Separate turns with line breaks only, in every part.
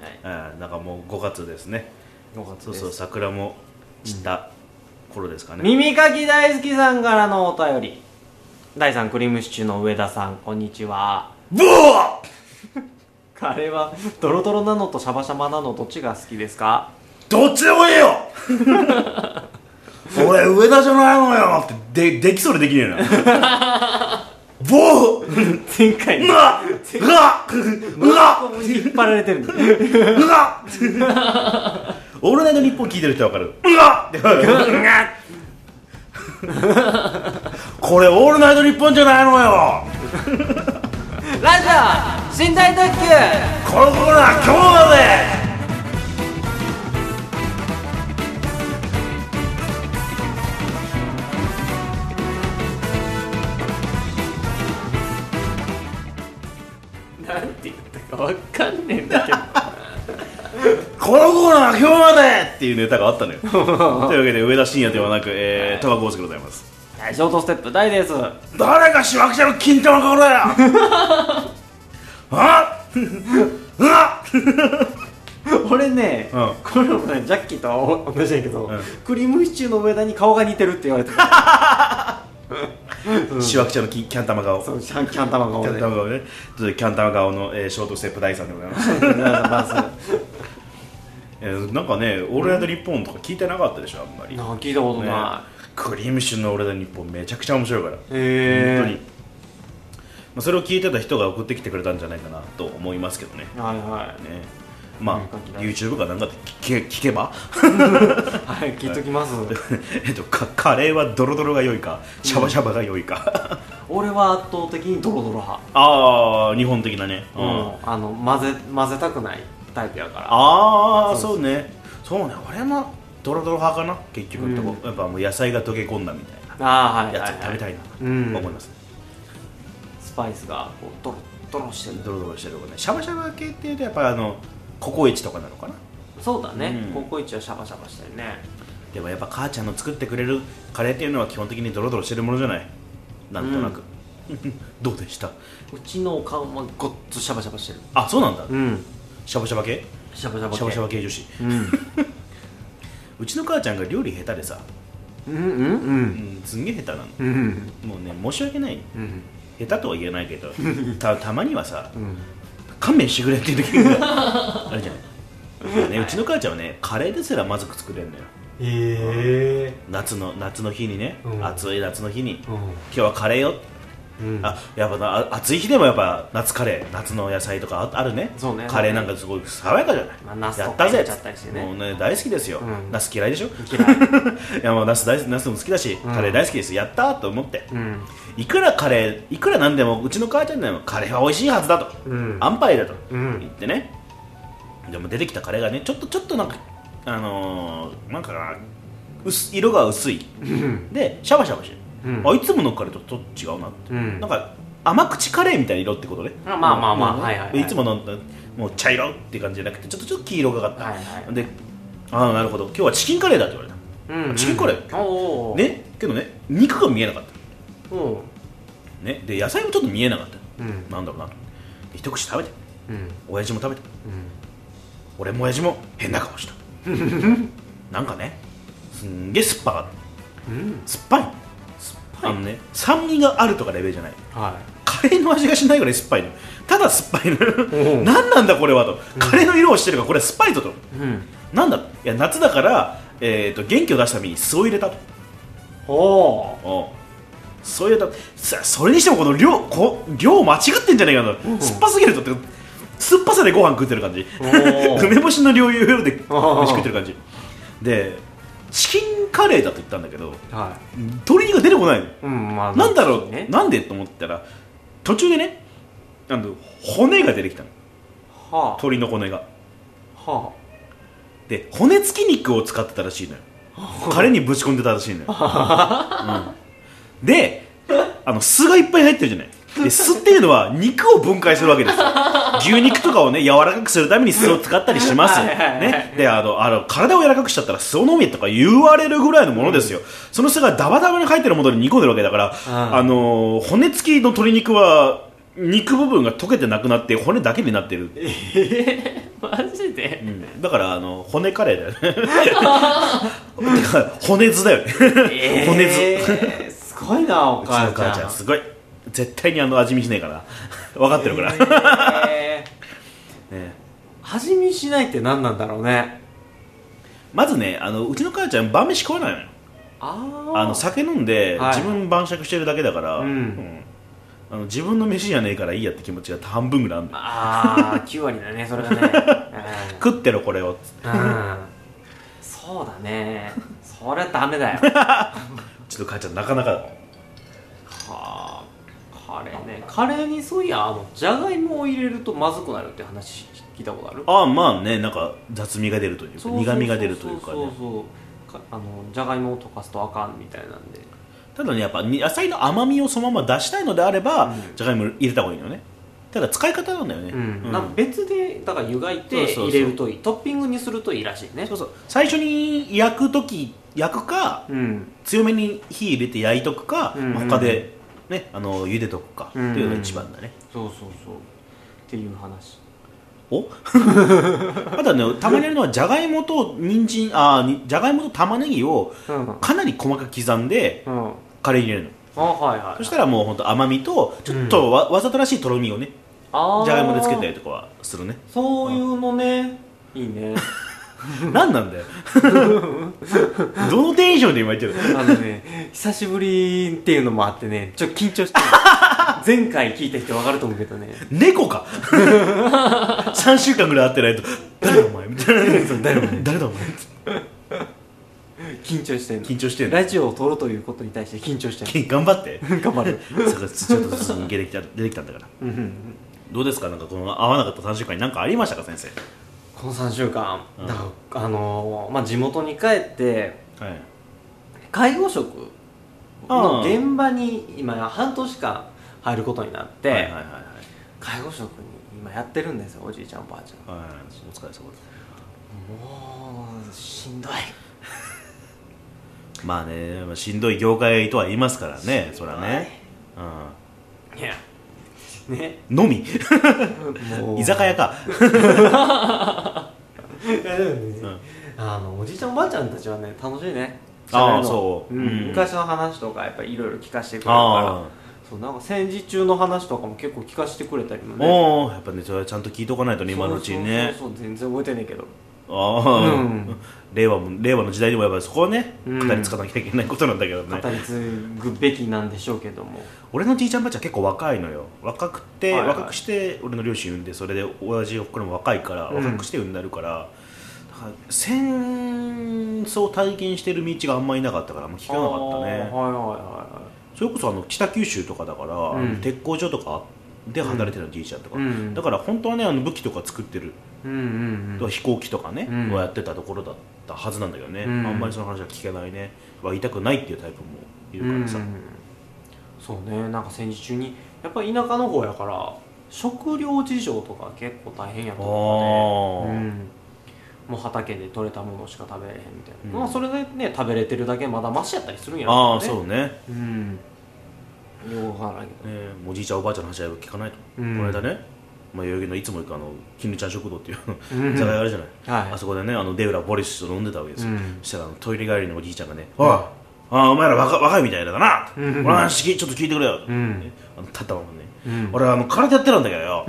ね、うん、なんかもう5月ですね
よかった
そう
です
そう桜も散った頃ですかね、
耳かき大好きさんからのお便り第3クリームシチューの上田さんこんにちは
ブワー
あれはドロドロなのとシャバシャバなのどっちが好きですか
どっちでもい いよ俺上田じゃないのよってでできそうでできねえなボー
前回
う
の
わうわうわ
引っ張られてるんだ
うわオールナイトニッポン聞いてる人はわかるうわってわかるうわこれオールナイトニッポンじゃないのよ
ラジオ寝台特急
このコーナー今日まで
なんて言ったかわかんねえんだけど
このコーナー今日までっていうネタがあ ったのよというわけで上田晋也ではなく、えー、高浩介でございます
はいショートステップ大です
誰が主役者の金玉かおれ あうわ
俺ね、
うん
この前ジャッキーと同じやけど、
ん
クリームシチューの上田に顔が似てるって言われて た
主役者のキンキャン玉顔キ
そうキャンキャン玉が
ャ
俺
ン玉顔ねということでキャン玉顔の、えー、ショートステップ第3でございます
ま
えーなんかね「オールナイトニッポン」とか聞いてなかったでしょあんま
ず
り、ね、
なんか聞いたことな
クリームシチューの「オールナイトニッポン」めちゃくちゃ面白いから、
いへ
本当に、まあ、それを聞いてた人が送ってきてくれたんじゃないかなと思いますけどね
はいは
ねまあ YouTube かなんかで聞け聞けば
いはい聞いときます、
えっとかカレーはドロドロが良いかシャバシャバが良いか
俺は圧倒的にドロドロ派、
ああ日本的なね、
うんあの混ぜ混ぜたくないタイプやから
ああ
そ
そうねそうね俺もドロドロ派かな結局のとこ、
う
やっぱもう野菜が溶け込んだみたいな
ああはい
や
はい、
つを食べた
い
いなと
うん
思います、
スパイスがこうドロドロしてる
ドロドロしてるとこねシャバシャバ系っていうとやっぱあのココイチとかなのかな
そうだね、
うん
ココイチはシャバシャバしてるね
でもやっぱ母ちゃんの作ってくれるカレーっていうのは基本的にドロドロしてるものじゃないなんとなく、 どうでした
うちのおかんはごっつシャバシャバしてる
あそうなんだ、
うん
シャバシャバ系
シャバシャバ系
シャバシャバ系女子
うん
うちの母ちゃんが料理下手でさ、
うんう
うんん、すんげえ下手なの
うんうん
もうね申し訳ない
うん
下手とは言えないけ どたたまにはさ
うん
勘弁してくれっていう時がある じゃない、ね、うちの母ちゃんはねカレーですらまずく作れるのよ
へえ
夏の夏の日にね、
うん
暑い夏の日に、
う
今日はカレーよ、
んうん
あやっぱなあ暑い日でもやっぱ夏カレー夏の野菜とかああるね
そうね
カレーなんかすごい爽やかじゃない、
まあナスとか
やったぜ
入れちゃったりしてね
もうね大好きですよ、
うん
ナス嫌いでしょ い
嫌い
やもうナス大好きナスも好きだし、
ん
カレー大好きですやったーと思って、
うん
いくらカレーいくらなんでもうちの母ちゃんでもカレーは美味しいはずだと、
うん
安牌だと
うん
言ってね、でも出てきたカレーがねちょっとちょっとなんかあのー、なんかな薄色が薄い
うん
でシャバシャバしてる、
うん
あいつものカレーとちょっと違うなって、
うん
なんか甘口カレーみたいな色ってことね
あまあまあまあ
うん
はいはいはい
つものもう茶色っていう感じじゃなくてちょっとちょっと黄色がかった、
はいはい
でああなるほど今日はチキンカレーだって言われた
うん
チキンカレー
おーおー
ねけどね肉が見えなかった
おー
ね、で野菜もちょっと見えなかった、
うん
なんだろうなと一口食べて
うん
親父も食べて
うん
俺も親父も変な 顔したなんかねすんげえ酸っぱかっ
うん
た酸っぱい酸っぱいあのね酸味があるとかレベルじゃない
は
カレーの味がしないぐらい酸っぱいのただ酸っぱいの
ん
何なんだこれはと、カレーの色をしてるからこれは酸っぱいぞと
いうん
なんだいや夏だから、えー、と元気を出すために酢を入れたと
おお
おうそういうださそれにしてもこの量こ量間違ってんじゃないかな、
ん
酸っぱすぎるとって酸っぱさでご飯食ってる感じ
おー
梅干しの量を量で
おー
飯食ってる感じでチキンカレーだと言ったんだけど
は
鶏肉が出てこないの
いうんまあ
なんだろう、
ね
なんでと思ったら途中でねあの骨が出てきたの
は
鶏の骨が
あは
で骨付き肉を使ってたらしいのよカレーにぶち込んでたらしいのよ、うんであの酢がいっぱい入ってるじゃないで酢っていうのは肉を分解するわけですよ牛肉とかをね柔らかくするために酢を使ったりします
はいはいはい
ねであのあの体を柔らかくしちゃったら酢を飲めとか言われるぐらいのものですよ、その酢がダバダバに入ってるものに煮込んでるわけだから、
うん
あのー骨付きの鶏肉は肉部分が溶けてなくなって骨だけになってる、
えー、マジで、
だからあの骨カレーだよ ねてか骨酢だよね
えー
骨酢
すごいなお
うちの
母ちゃ
母
ん
ちゃんすごい絶対にあの味見しないから分かってるから、
え
ね
ー味見しないって何なんだろうね
まずねあのうちの母ちゃん晩飯食わないのよ
ああ
あの酒飲んで、
はい
自分晩酌してるだけだから、
うん
あの自分の飯じゃねえからいいやって気持ちが半分ぐらいあんだよ
あー9割だねそれがねうん
食ってろこれをつって
うんそうだねそれダメだ よ
うちの母ちゃんなかなかだ
はあカレーねカレーにそういやあのじゃがいもを入れるとまずくなるって話聞いたことある
ああまあねなんか雑味が出るというか
そうそうそう
苦味が出るというか
そう
ね
そうかあのじゃがいもを溶かすとあかんみたいなんで
ただねやっぱに野菜の甘みをそのまま出したいのであれば、
うん
じゃがいも入れた方がいいのねただ使い方なんだよね、
うん
うん
なんか別でだから湯がいて
そうそうそう
入れるといいトッピングにするといいらしいね
そうそう最初に焼く時焼くか
うん
強めに火入れて焼いとくか、
うんうん
まあ他でねあの茹でとくかっていうのが一番だね、
そうそうそうっていう話
おあとはねたまにやるのはじゃがいもと人参あーにじゃがいもと玉ねぎを
うんうん
かなり細かく刻んで
あ
カレーに入れるの
はいはい
そしたらもう本当甘みとちょっとわ,、わざとらしいとろみをね
あー
じゃがいもでつけたりとかはするね
そういうのねいいね
何なんだよ どのテンションで今言ってるの
あのね 久しぶりっていうのもあってねちょっと緊張してる 前回聞いた人分かると思うけどね
猫 か3週間ぐらい会ってないと誰だお前みたいな誰だお前誰だお前
緊張してる
緊張してんの
ラジオを撮るということに対して緊張してる
頑張 って
頑張る
そうかちょっとずつ人間出てきた出てきたんだから
うんうんうん
どうですかなんかこの合わなかった3週間に何かありましたか先生
この3週間、
うん
だからあのーまあ、地元に帰って
はい
介護職の
ああ
現場に今半年間入ることになって、
はいはいはいはい
介護職に今やってるんですよおじいちゃんおばあちゃん
はいお疲れ様です
もうしんどい
まあねまあしんどい業界とは言いますからねそらね
いやね
うんのみ
もう
居酒屋 か
いやでもね
うん
あのおじいちゃんおばあちゃんたちはね楽しいね喋
ああ
るの
そう
うん
うん
昔の話とかやっぱりいろいろ聞かせてくれる
あ
からそうなんか戦時中の話とかも結構聞かせてくれたりも
あ
ね
おおやっぱねそれはちゃんと聞いとかないとね今のうちにね
そうそうそう全然覚えてないけど
ああ、
うん
令和も令和の時代でもやっぱりそこはね
うん
語りつかなきゃいけないことなんだけどね、
語り継ぐべきなんでしょうけども
俺のじいちゃんばあちゃん結構若いのよ若くて、
はいはい
若くして俺の両親産んでそれで親父おふくろも若いから
うん
若くして産んであるから、だから戦争を体験してる道があんまりなかったからあんま聞かなかった
あー
ね
はいは
それこそあの北九州とかだから、
ん
鉄工所とかで働いてるの、じいちゃんとか、
うんうん
だから本当はねあの武器とか作ってる
いはいうんうんうん
飛行機とかね、
うん
をやってたところだったはずなんだけどね、
うん
あんまりその話は聞けないねは言いたくないっていうタイプもいるからさ、
うんそうねなんか戦時中にやっぱり田舎の方やから食料事情とか結構大変やった
あ
の
ー
で、うん、もう畑で採れたものしか食べれへんみたいな、
うん
まあそれでね食べれてるだけまだマシやったりするんや
ああ
ね
そうね
ううんよくわからんけど
ねおじいちゃんおばあちゃんの話は聞かないと、
うん
この間ね、まあ、代々木のいつも行くあの絹ちゃん食堂っていう
うん
居酒屋あるじゃない、
はい
あそこでねあのデウラボリスと飲んでたわけですよ、
うん
そしたらあのトイレ帰りのおじいちゃんがね「
うん
おいああお前ら若若いみたいだな」って「
うん
俺の話聞いちょっと聞いてくれよ」
うん
あの立ったままね、
うん
俺あの空手やってるんだけどよ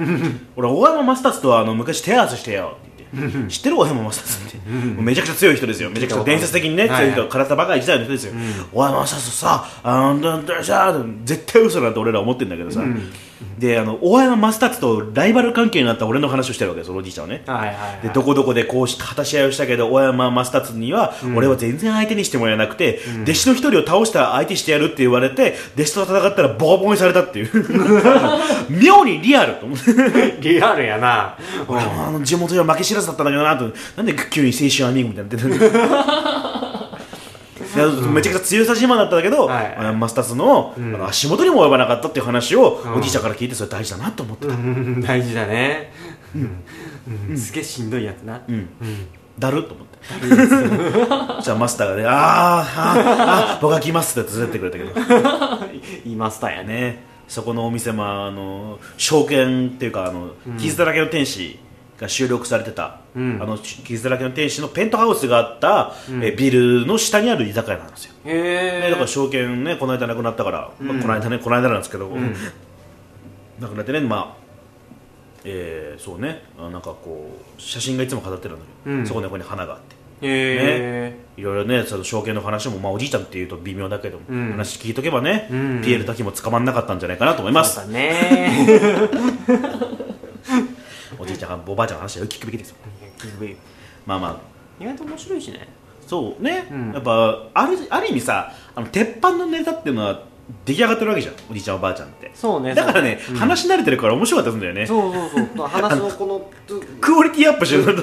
俺大山マスターズとはあの昔手合わせしてよって言って知ってる大山マスターズってもうめちゃくちゃ強い人ですよめちゃくちゃ伝説的にね
はい
強い人空手ばかり時代の人ですよ大山マスターズさあのだだじゃあ絶対嘘だなって俺ら思ってんだけどさであの大山マスターズとライバル関係になった俺の話をしてるわけですよおじいちゃんはね
はいはいはい
でどこどこでこうし果たし合いをしたけど大山マスターズには俺は全然相手にしてもらえなくて、弟子の一人を倒したら相手してやるって言われて弟子と戦ったらボコボコにされたっていう 妙にリアルと思って
リアルやな
俺はあの地元では負け知らずだったんだけどなとなんで急に青春アニーみたいになって るいやめちゃくちゃ強さ自慢だったんだけど、
はい
大山マスターズの,、
ん
あの足元にも及ばなかったっていう話を、
うん
おじいちゃんから聞いてそれ大事だなと思ってた、
うん大事だねうんすげえしんどいやつな
うんだるっと思って じゃあマスターがね「あーあーあー僕が来ます」って連れてってくれたけど
言いましたやね
ねそこのお店もあの証券っていうかあの、
うん
傷だらけの天使が収録されてた、
うん
あの傷だらけの天使のペントハウスがあった、
うん
えビルの下にある居酒屋なんですよ、
へ
ね
え
だから証券ねこの間なくなったから、まあ
うん
この間ねこの間なんですけど、
うん
なくなってねまあえー、そうねあなんかこう写真がいつも飾ってるんだけど、
うん
そこにここに花があって
へえ
いろいろねその証券の話も、まあ、おじいちゃんっていうと微妙だけども、
うん
話聞いとけばね、
うん
ピエール滝も捕まんなかったんじゃないかなと思い
ま
ます
したね
おじいちゃんおばあちゃんの話は聞くべきですよまあまあ
意外と面白いしね
そうね、
うん
やっぱあるある意味さあの鉄板のネタっていうのは出来上がってるわけじゃんおじいちゃんおばあちゃんって
そうね
だからね、
そううん
話し慣れてるから面白かったんだよね
そうそうそう話のこのず
クオリティアップしてる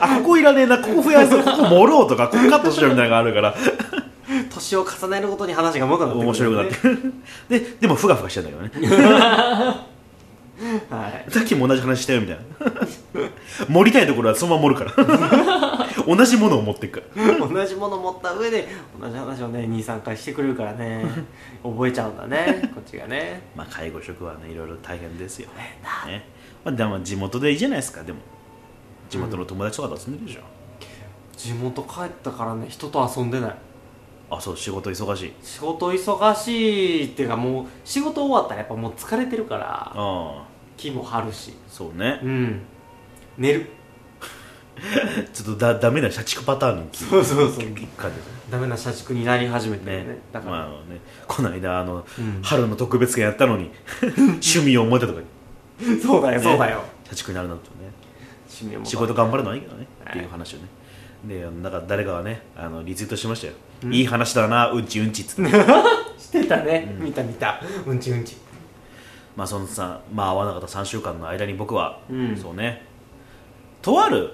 あここいらねえなここ増やそうここ盛ろうとかここカットしようみたいなのがあるから
年を重ねるごとに話がうまくなってくる
面白くなってくるででもふがふがしてんだけどね
はい
さっきも同じ話したよみたいな 盛りたいところはそのまま盛るから 同じものを持っていくから
同じもの持った上で同じ話をね23回してくれるから ね覚えちゃうんだねこっちが ね
まあ介護職はねいろいろ大変ですよねまあ、でも地元でいいじゃないですかでも地元の友達とかと遊んでるでしょ、
地元帰ったからね人と遊んでない
あそう仕事忙しい
仕事忙しいっていうかもう仕事終わったらやっぱもう疲れてるから
ああ
気も張るし
そうね
うん寝る
ちょっとだダメな社畜パターンの
そうそうそう
感じ
ダメな社畜になり始めて
ね
るねだから、
まあねこの間あの、
うん
春の特別会やった のに趣味を思えたとかに
そうだよ
ね
そうだよ、
社畜になるなんてね
趣味を持た
仕事頑張るのはいいけどね、
はい
っていう話をねでなんか誰かがねあのリツイートしましたよ、
うん
いい話だなうんちうんちっつって
してたね、
うん
見た見たうんちうんち
まあそのさまあ会わなかった3週間の間に僕は、
うん
そうねとある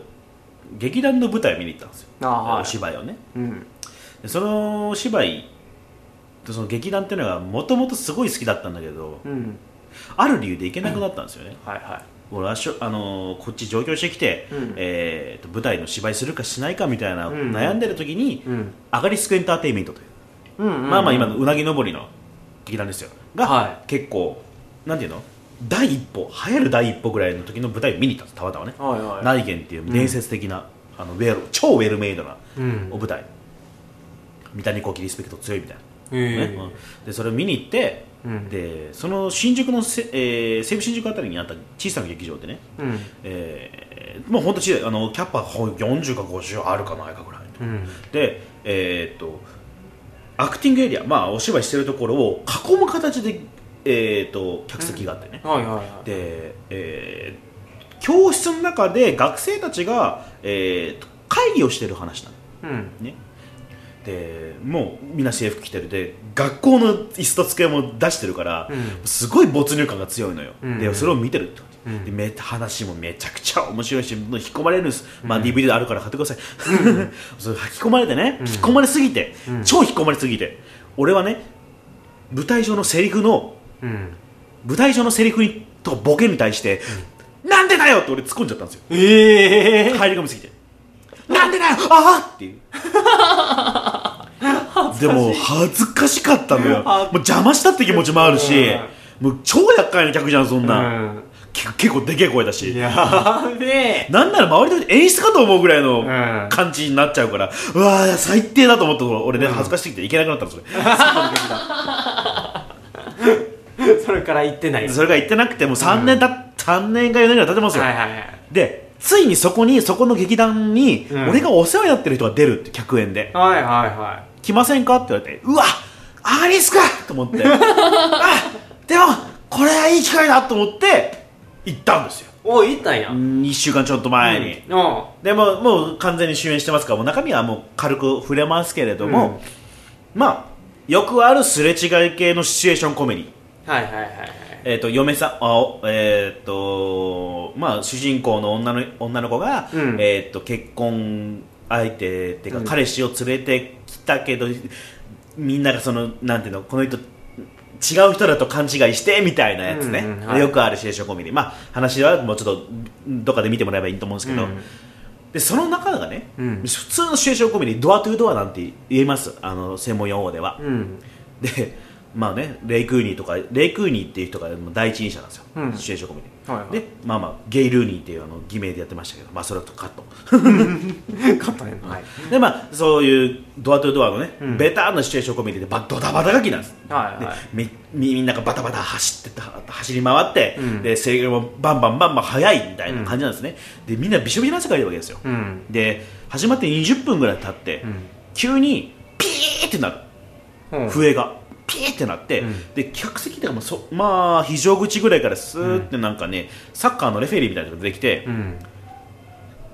劇団の舞台見に行ったんですよ
ああはい
お芝居をね
うん
でそのお芝居とその劇団っていうのがもともとすごい好きだったんだけど
うん
ある理由で行けなくなったんですよね、
はいは
俺はしょ、あのーこっち上京してきて、
うん
えーと舞台の芝居するかしないかみたいな
うん
悩んでる時に、
いうん
アガリスクエンターテインメントという
うんうんうん
まあまあ今のうなぎ登りの劇団ですよが、
は
結構なんていうの第一歩流行る第一歩ぐらいの時の舞台を見に行ったんですたまたまね
はいはい
内源っていう伝説的な、あのウェル超ウェルメイドな
うん
お舞台三谷幸喜リスペクト強いみたいな、ね
へえ
うんでそれを見に行って、
うん
でその新宿のせ、えー西武新宿あたりにあった小さな劇場でね、
うん
えーもう本当小さいあのキャッパほん40か50あるかないかぐらい、
うん
でえーっとアクティングエリア、まあ、お芝居してるところを囲む形で、えーっと客席があってね、
はいはいはい
で、えー教室の中で学生たちが、えーっと会議をしてる話な
う
の
ん
ねでもうみんな制服着てるで学校の椅子と机も出してるから、
うん
すごい没入感が強いのよ、
うん
でそれを見てるって感じ、
うん
でめ話もめちゃくちゃ面白いしどんどん引き込まれるんです、まあ、DVD あるから買ってください、 それ引き込まれてね、
うん
引き込まれすぎて、
うん
超引き込まれすぎて俺はね舞台上のセリフの
うん
舞台上のセリフにとかボケに対して、なんでだよって俺突っ込んじゃったんですよ
ええ
入り込みすぎてなんでだよああっていう でも恥ずかしかったのよもう邪魔したって気持ちもあるしもう超厄介な客じゃん そんな、け結構でけえ声だし
やべえ
なんなら周りの人演出かと思うぐらい
ん
の感じになっちゃうから、うわー最低だと思ったの俺ね、
うん
恥ずかしすぎていけなくなったのそれ
それから行ってない
それが言ってなくてもう3年た、3年か4年ぐらい経ってますよ、
はいはいはい
でついにそこにそこの劇団に、
うん
俺がお世話になってる人が出るって客演で
はいはいは
来ませんかって言われてうわアーリスかと思って あでもこれはいい機会だと思って行ったんですよ
いおい行ったんや
1週間ちょっと前に、
うんうん
でももう完全に終演してますからもう中身はもう軽く触れますけれども、まあよくあるすれ違い系のシチュエーションコメディ
はいはいはいはい
えっと嫁さんあおえっ、とまあ主人公の女の女の子が、
うん
えっと結婚相手っていうか、
うん
彼氏を連れてきたけどみんながそのなんていうのこの人違う人だと勘違いしてみたいなやつね、
うんうんはい
よくあるシチュエーションコメディまあ話はもうちょっとどっかで見てもらえばいいと思うんですけど、
うん
でその中がね、
うん
普 通のシチュエーションコメディドアトゥードアなんて言いますあの専門用語では、
うん
でまあね、レイクーニーとかレイクーニーっていう人がもう第一人者なんですよ、
うん
シチュエーションコメディ
はいはい
でまあまあゲイ・ルーニーっていうあの偽名でやってましたけどまあそれはカット
勝ったねはい
でまあそういうドアトゥドアのね、
うん
ベターなシチュエーションコメディでバドタバタ書きなんです
はいはい
でみみみんながバタバタ走ってた走り回って、
うん
で制限もバンバンバンバン速いみたいな感じなんですね、でみんなびしょびしょに汗かいてるわけですよ、
うん
で始まって20分ぐらい経って、
うん
急にピーってなる
うん
笛がピーってなって、
うん
で客席とかもそまあ非常口ぐらいからスーってなんかね、サッカーのレフェリーみたいなのが出てきて
う、ん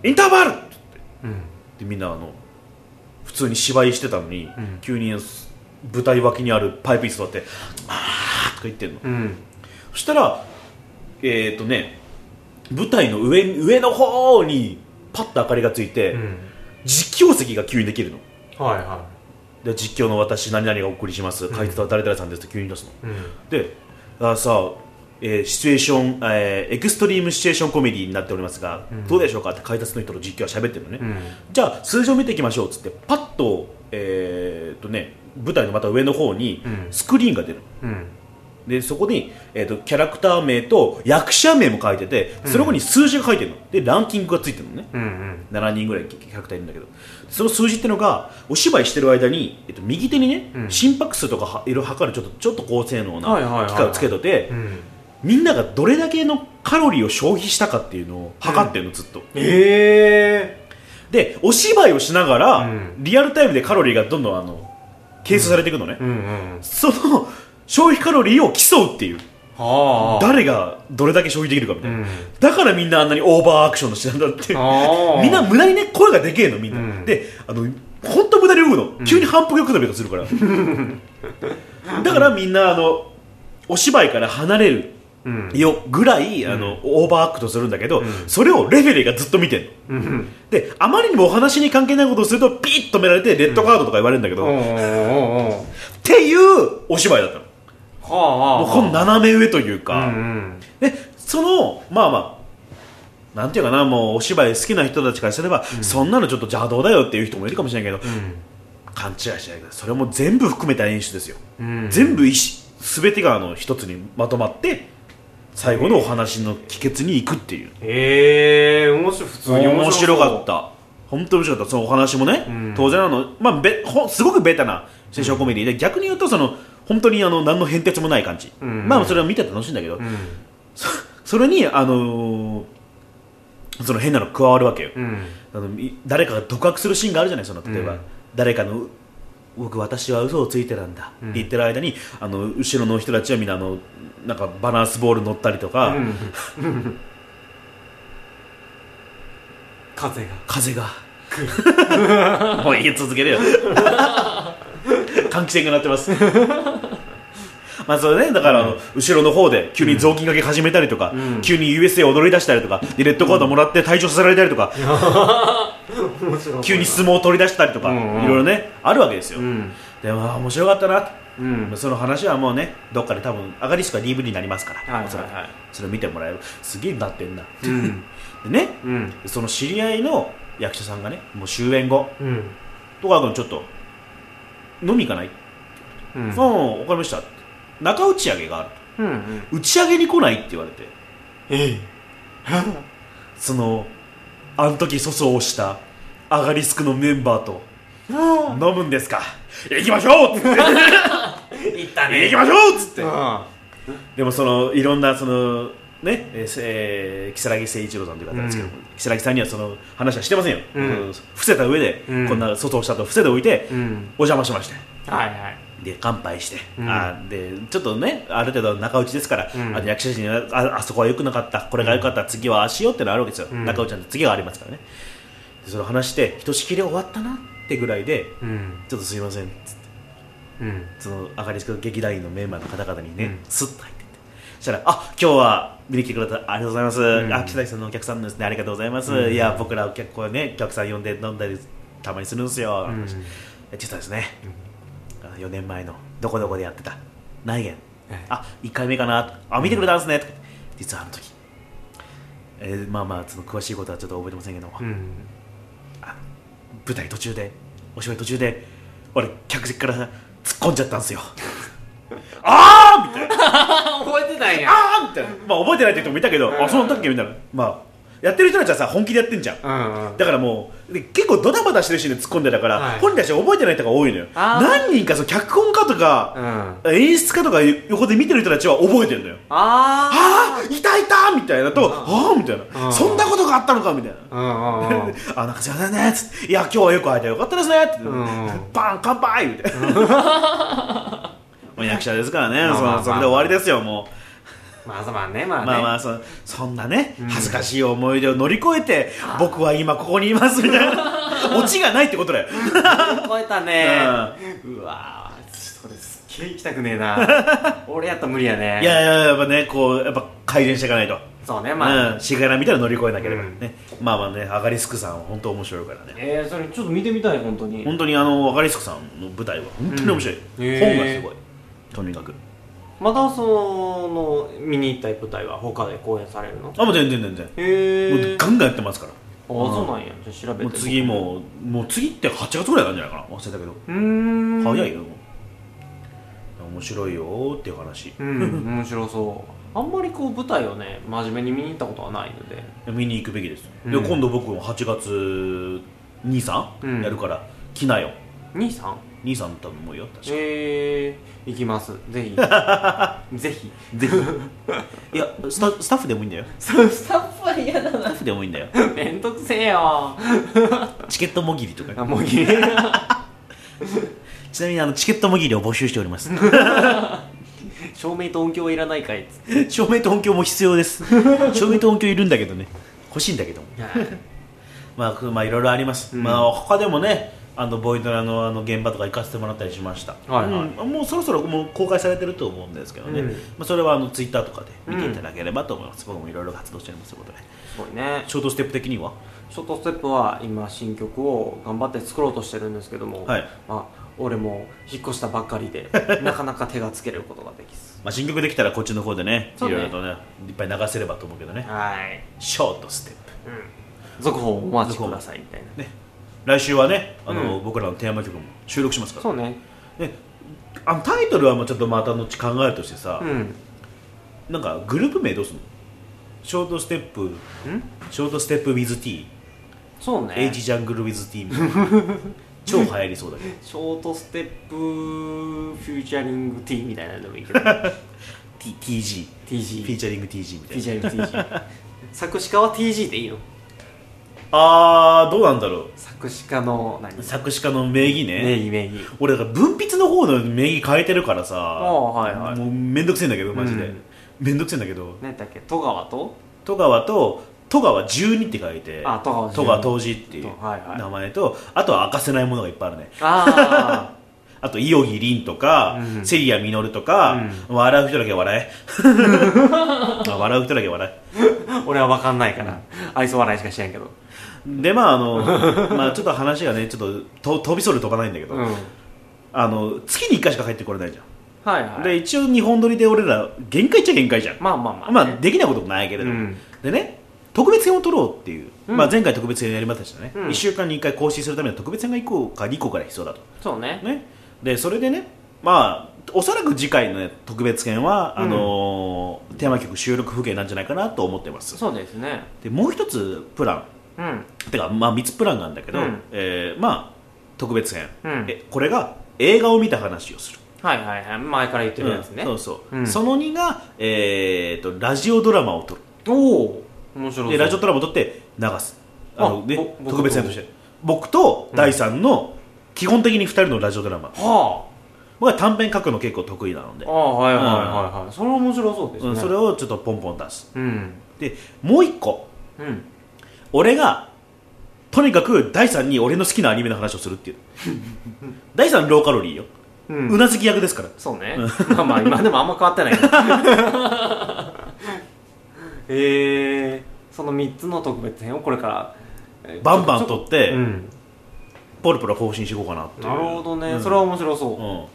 インターバルって
うん
でみんなあの普通に芝居してたのに、
うん
急に舞台脇にあるパイプに座って「あー」とか言ってんの、
うん
そしたらえっ、ー、とね舞台の上上の方にパッと明かりがついて、
うん
実況席が急にできるの
はいは
で実況の私何々がお送りします解説は誰々さんですって急に出すの、
いうん
であさあえーシチュエーション、えーエクストリームシチュエーションコメディになっておりますが、
うん
どうでしょうかって解説の人の実況は喋ってるのね、
うん
じゃあ数字を見ていきましょうっつってパッと,、えーっとね、舞台のまた上の方に
うん
スクリーンが出る、
うん
でそこに、えーっとキャラクター名と役者名も書いててその後に数字が書いてるのでランキングがついてるのね
うんうん
7人ぐらいキャラクターいるんだけどその数字ってのがお芝居してる間に、えっと、右手にね、
うん
心拍数とかは色測るちょっとちょっと高性能
はいはいはいは
ない機械をつけといて、
うん
みんながどれだけのカロリーを消費したかっていうのを測ってるのずっと、
え
でお芝居をしながら、
うん
リアルタイムでカロリーがどんどんあの計算されていくのね、
えうんうん
その消費カロリーを競うっていう
はあ
誰がどれだけ消費できるかみた
う
いな、
ん
だからみんなあんなにオーバーアクションのしてたんだって
ああ
みんな無駄にね声がでけえのみんな、
うん
であの本当無駄に動くの、急に反復横跳びとかするから だからみんなあのお芝居から離れる
うん
よぐらいあの、オーバーアクトするんだけど、
うん
それをレフェリーがずっと見てるの
うん
であまりにもお話に関係ないことをするとピッと止められてレッドカードとか言われるんだけ
お
ど、
うおう
っ
おうおう
ていうお芝居だったの
はあはあ
もうこの斜め上というか、
うん
でそのまあまあなんていうかなもうお芝居好きな人たちからすれば、そんなのちょっと邪道だよっていう人もいるかもしれないけど、勘違いしないけどそれも全部含めた演出ですよ、
うんうん
全部いし全てがあの一つにまとまって最後のお話の帰結に行くっていう
ええ面白い普通に
面白
そう
かった本当に面白かったそのお話もね、
うん
当然あの、まあ、べほすごくベタな青春コメディで、逆に言うとその本当にあの何の変哲もない感じ、
うん
まあそれは見てて楽しいんだけど、そそれにあのーその変なの加わるわけよ、
うんうん
あのい誰かが独白するシーンがあるじゃないその例えば、
うん
誰かの「僕私は嘘をついてたんだ」
うん
って言ってる間にあの後ろの人たちはみんなあのなんかバランスボール乗ったりとか、
うん風が
風がもう言い続けるよ換気扇が鳴ってますまあそれねだからあの、後ろの方で急に雑巾掛け始めたりとか、
うん
急に USA 踊り出したりとかでレッドカードもらって退場させられたりとか、
面白い
急に相撲を取り出したりとか、
うんうん
いろいろねあるわけですよ、
うん
でもあー面白かったな
うん
その話はもうねどっかで多分アガリスクは DVD になりますから、
はいはいはい
おそらくそれ見てもらえるすげえなってんな
うん
でね
うん
その知り合いの役者さんがねもう終演後
うん
戸川君ちょっと飲み行かない、
うん
うん、分かりました中打ち上げがある
うん
打ち上げに来ないって言われて
ええ
そのあの時粗相をしたアガリスクのメンバーと飲むんですか行きましょうっつって
いったね
行きましょうっつって
あ
でもそのいろんなそのねえーせえー、如月誠一郎さんという方ですけど、
うん
如月さんにはその話はしてませんよ、
うん
あの伏せた上で、
うん
こんな外をしたと伏せておいて、
あうん
お邪魔しまして
はいはい
で乾杯して、
うん
あーでちょっとねある程度仲内ですから、
うん
あの役者陣にはああそこは良くなかったこれが良かった、次はああしようってのあるわけですよ、
うん
仲内なんて次がありますからねでその話してひとしきり終わったなってぐらいで
うん
ちょっとすいませんつっ
う
て
ん
そのアカリスク劇団員のメンバーの方々にね、
うん
スッと入ってってそしたら「あ今日は見に来てくれたありがとうございます、
うん
あ北崎さんのお客さんですねありがとうございます、
うん
いや僕らお客こうねお客さん呼んで飲んだりたまにするんですよ」
うん
実はですね、あ4年前のどこどこでやってた内縁
ええ
あ1回目かなあ見てくれたんですね、とか実はあの時、えーまあまあその詳しいことはちょっと覚えてませんけども、
うん
あ舞台途中でお芝居途中で俺客席から突っ込んじゃったんですよあーみたいな
覚えてないや
あーみたいな、まあ、覚えてないって人もいたけど、あその時みたいな、まあ、やってる人たちはさ本気でやってんじゃん
うんうん
だからもうで結構ドタバタしてるシーンで突っ込んでたから、
はい
本人たちは覚えてない人が多いのよ
あー
何人かその脚本家とか、
あ
演出家とか横で見てる人たちは覚えてるのよ
あ
ああいたいたみたいなと、ああみたいな、
うん
そんなことがあったのかみたいな、
うんうんうん
あなんかすいませんねっつっていや今日はよく会えてよかったですねって、
うん
バン乾杯みたいな もう役者ですからね、
まあ
そ
まあまあ
のそれで終わりですよも
まあまあね
う、
まあね
まあまあそそんなね恥ずかしい思い出を乗り越えて、僕は今ここにいますみたいな オチがないってことだよ
超えたねうわーそれすっげえ行きたくねえ な俺やったら無理やね
いやいややっぱねこうやっぱ改善していかないと、
そうねまあ、
うん、しがらみたいなの乗り越えなければ、
うん
ねまあまあねアガリスクさんは本当面白いからね
えー、それちょっと見てみたい本当に
本当にあのアガリスクさんの舞台は本当に面白い、
うんへー
本がすごいとにかく
またその見に行った舞台は他で公演されるの
あもう全然全然
へ
も
え
うガンガンやってますから
ああそうなんやじゃあ調べて
もう次もうもう次って8月ぐらいなんじゃないかな忘れたけど、
うーん
早いよもう面白いよーっていう話、
うん面白そうあんまりこう舞台をね真面目に見に行ったことはないので
見に行くべきです、
うん
で今度僕も8月23、
うん
やるから来なよ
兄さん
兄さん多分もうよ確か
えー、行きますぜ ひぜひ
ぜひいやスタスタッフでもいいんだよ
そう スタッフは嫌だ
スタッフでもいいんだよ
めんどくせえ よ
チケットもぎりとか
あもういい
ちなみにあのチケットもぎりを募集しております
照明と音響はいらないかいっつって
照明と音響も必要です 照明と音響いるんだけどね欲しいんだけどもまあ、くまあいろいろあります、
うん
まあ他でもねあのボイドラのあの現場とか行かせてもらったりしました、
はいはい
うんもうそろそろもう公開されてると思うんですけどね、
うん
まあ、それはあのツイッターとかで見ていただければと思います、僕もいろいろ活動しておりますということです
ごいね
ショートステップ的には
ショートステップは今新曲を頑張って作ろうとしてるんですけども、
はい
まあ、俺も引っ越したばっかり でなかなか手がつけることができず
まあ、新曲できたらこっちの方でねい
そう
ろ
ね
いろとねいっぱい流せればと思うけどね
はい、
ショートステッ
うん、続報お待ちくださいみたいな
プね来週はねあの、
うん
僕らのテーマ曲も収録しますか
そうね
ら、ね、あのタイトルはもうちょっとまた後考えるとしてさ
う、んん
なんかグループ名どうすんのショートステップショートステップ WithT
そうね
エイジジャングル WithT みたいな 超流行りそうだけど
ショートステップフューチャリング T みたいなのでもいいけど
T- TG フ
TG
ィーチャリング TG み
フ
た
ュー
い
チ
な
ャリング TG 作詞家は TG でいいの
あーどうなんだろ
作詞家の何
う作詞家の名義ね
名義名義
俺だから文筆の方の名義変えてるからさ
あはいはい
もうめんどくせえんだけどマジで、
うん
めんどくせえんだけど
何だっけ戸川と
戸川と戸川12って書いて
あ戸川
戸川当時っていう
はいはい
名前と、あとは明かせないものがいっぱいあるね
あ
あと、伊予木凛とか、
うん
セリアミノルとか、笑う人だ け笑え。笑う人だけ笑
あ俺は分かんないから愛想笑いしかしないけど
え。で、まあ、あ の、まあ、ちょっと話がね、ちょっとと飛びそれ飛ばないんだけど、
うん
あの、月に1回しか帰ってこれないじゃん。
はいはい
で、一応日本撮りで俺ら、限界っちゃ限界じゃん。
まあまあまあ、
ま
ね
あ、できないこともないけれど
う
も。
ん
でね、特別編を撮ろうっていう、
うん
まあ、前回特別編やりましたしね、
うん
1週間に1回更新するための特別編が1個か2個から必要だと。
そうね
ね、でそれでね、まあ、おそらく次回の、ね、特別編は、
うん
あのーテーマ曲収録風景なんじゃないかなと思ってます
そうですね
でもう一つプラ
うん
ンてか、まあ、3つプランがあるんだけど、
うん
えーまあ、特別編、
うん
えこれが映画を見た話をする
はいはいはい前から言ってるやつね、
うんそうそう、
うん
その2が、えー、とラジオドラマを撮る
おお面白そう
でラジオドラマを撮って流すあの、
あ
ね
ぼ、僕
特別編として僕と第3の基本的に2人のラジオドラマ、
は
僕は短編書くの結構得意なので
あああはいはいはいはい、それは面白そうですね、
うん、それをちょっとポンポン出す
うん
でもう一個
うん
俺がとにかく第3に俺の好きなアニメの話をするっていう第3ローカロリーよ、
う
うんなずき役ですから
そうね、まあまあ今でもあんま変わって ないけどえー、その3つの特別編をこれからえー
バンバン
ちょ
撮って、
うん
ポロポロ更新していこうかなっていう
なるほどね、
うん
それは面白そう、
うん、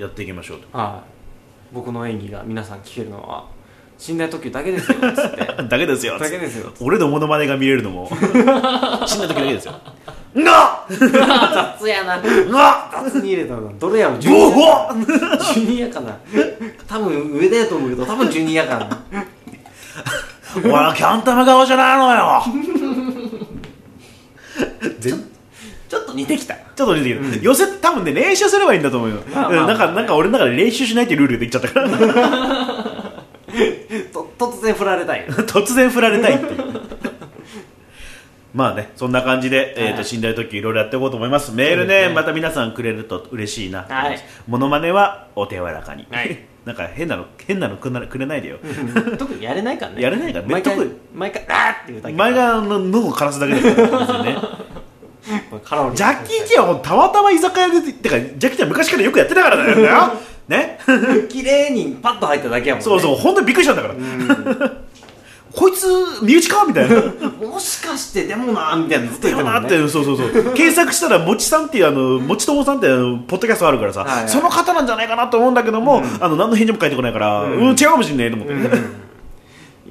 やっていきましょう
はい僕の演技が皆さん聞けるのは寝台特急だけですよっつって
と だけですよ
だけですよ
俺のモノマネが見れるのも死んだ時だけですよな
雑やな
な
雑に入れたのどれやろジ
ボ
ュニ
ホ
アジュニアかな多分上だと思うけど多分ジュニアかな
お前はキャンタマ顔じゃないのよ 全ちょ
ちょっと似てきた
っと似てきた、寄せ多分ね練習すればいいんだと思うよ、
まあまあ
うんなんかなんか俺の中で練習しないっていうルールができちゃったから
と突然振られたい
突然振られたいっていう まあねそんな感じで、えー、
は
と
い
死んだ時いろいろやっていこうと思いますメールね、
うん
また皆さんくれると嬉しいなと思います、
はい
モノマネはお手柔らかに、
はい
なんか変なの変なのくなくれないでよ
特にやれないからね
やれないから
毎回
特に
毎回あーって言うだけ
前があの喉枯らすだけだからね
カロリー
ジャッキー・チェンはもうたまたま居酒屋でてかジャッキー・チェンは昔からよくやってたからだよね
綺麗にパッと入っただけやもんね
そうそう本当にびっくりしたんだから、こいつ身内かみたいな
もしかしてでもなみたいなのずっと言
だ
ってた
な
も
っ
ん
て
ね
そうそうそう検索したらもちさんっていうあのもちともさんっていうあのポッドキャストあるからさ、
はいはい
その方なんじゃないかなと思うんだけども、あの何の返事も返ってこないから、うん、違うかもしんねえと思って、
い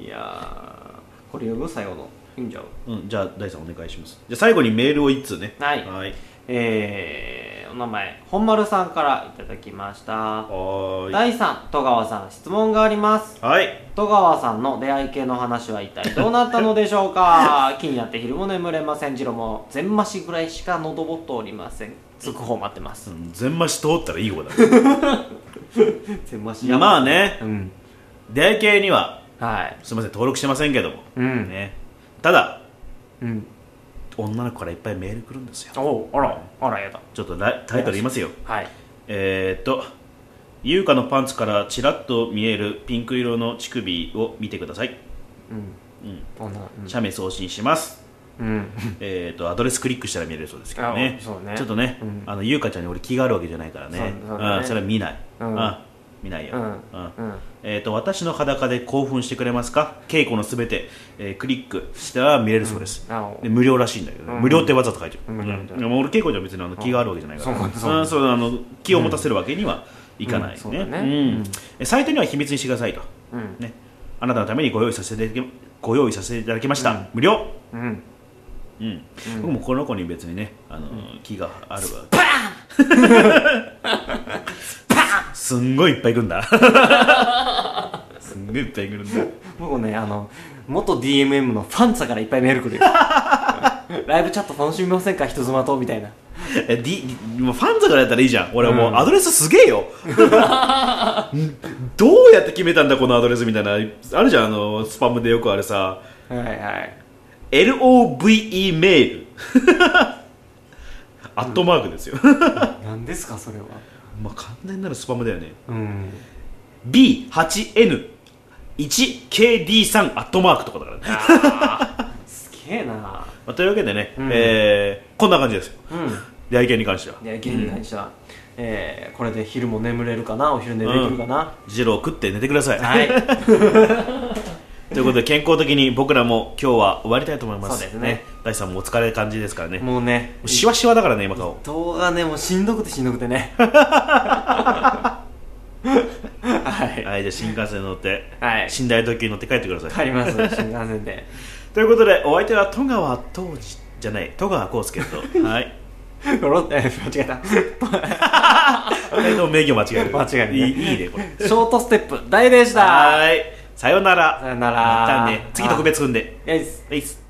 やーこれ読む最後の読んじゃう
うんじゃあ大さんお願いしますじゃあ最後にメールを一通ね
はい
はい
えー、お名前本丸さんからいただきました
はーい
第3戸川さん質問があります
はい
戸川さんの出会い系の話は一体どうなったのでしょう か気になって昼も眠れません次郎も全ましぐらいしか喉ぼっておりません続報待ってま
う
す
ん全マシ通ったらいい方だ
全まし
まあね
うん
出会い系には
はい
すみません登録してませんけども、
うん
ね、ただ
うん
女の子からいっぱいメール来るんですよ
おうあらあらやだ
ちょっとラタイトル言いますよ
はい
えー、っと優香のパンツからちらっと見えるピンク色の乳首を見てください、
うん
うん、
女うん
写メ送信します、
うん
えー、っとアドレスクリックしたら見れるそうですけどね
あそうね
ちょっとね、
うん
あの優香ちゃんに俺気があるわけじゃないからね
そうそうだね
ん、それは見ない、
うん
あ見ないよ、
うん
う
う
ん
ん
えー、と私の裸で興奮してくれますか稽古のすべて、えークリックしたら見れるそうです、
うんあお
で無料らしいんだけどね、
うん
無料ってわざと書いてる、
うん
うんでも俺稽古じゃ別にあの気があるわけじゃないから、
そうそう
うんそうあの気を持たせるわけにはいかないね,、
うん
う
そ
ん
うだねうん
えサイトには秘密にしてくださいと、
うん
ね、あなたのためにご用意させていただきご用意させていただきました、
うん
無料、
うん
うん僕もこの子に別にね、あのー気があるわ
パーン パーン
すんごいいっぱい来るん だすんごいいっぱい来るんだ
僕ねあの元 DMM のファンツァからいっぱいメール来 るよライブチャット楽しみませんか人妻とみたいな
え D もうファンザからやったらいいじゃん俺はもう
うん
アドレスすげえ よどうやって決めたんだこのアドレスみたいなあるじゃんあのスパムでよくあれさ
はいはい
LOVE メール アットマークですよ
何ですかそれは
まあ完全なるスパムだよね
うん
B8N1KD3 アットマークとかだからね、
あーすげえな
まあというわけでね、
うん
えーこんな感じですよ
うん
出会い系に関しては
で現に会社、えーこれで昼も眠れるかなお昼寝できるかな、
ジロー食って寝てください
はい
ということで健康的に僕らも今日は終わりたいと思いま
そ
す
うですね
大地さんもお疲れ感じですからねも
もうね
うシワシワだからね今顔
動画ねもうしんどくてしんどくて ねはい
はいじゃあ新幹線乗って、
はい
寝台特急に乗って帰ってください、
帰ります新幹線で
ということでお相手は戸川当時じゃない戸川康介 とはい
ゴ ロえ間違 えた
二人とも名義を間違える
間違えるね
いいいいねこれ
ショートステップ大でした
はーいさようなら
さよな
また
ら
ね次特別組んで
よいっす
はいっす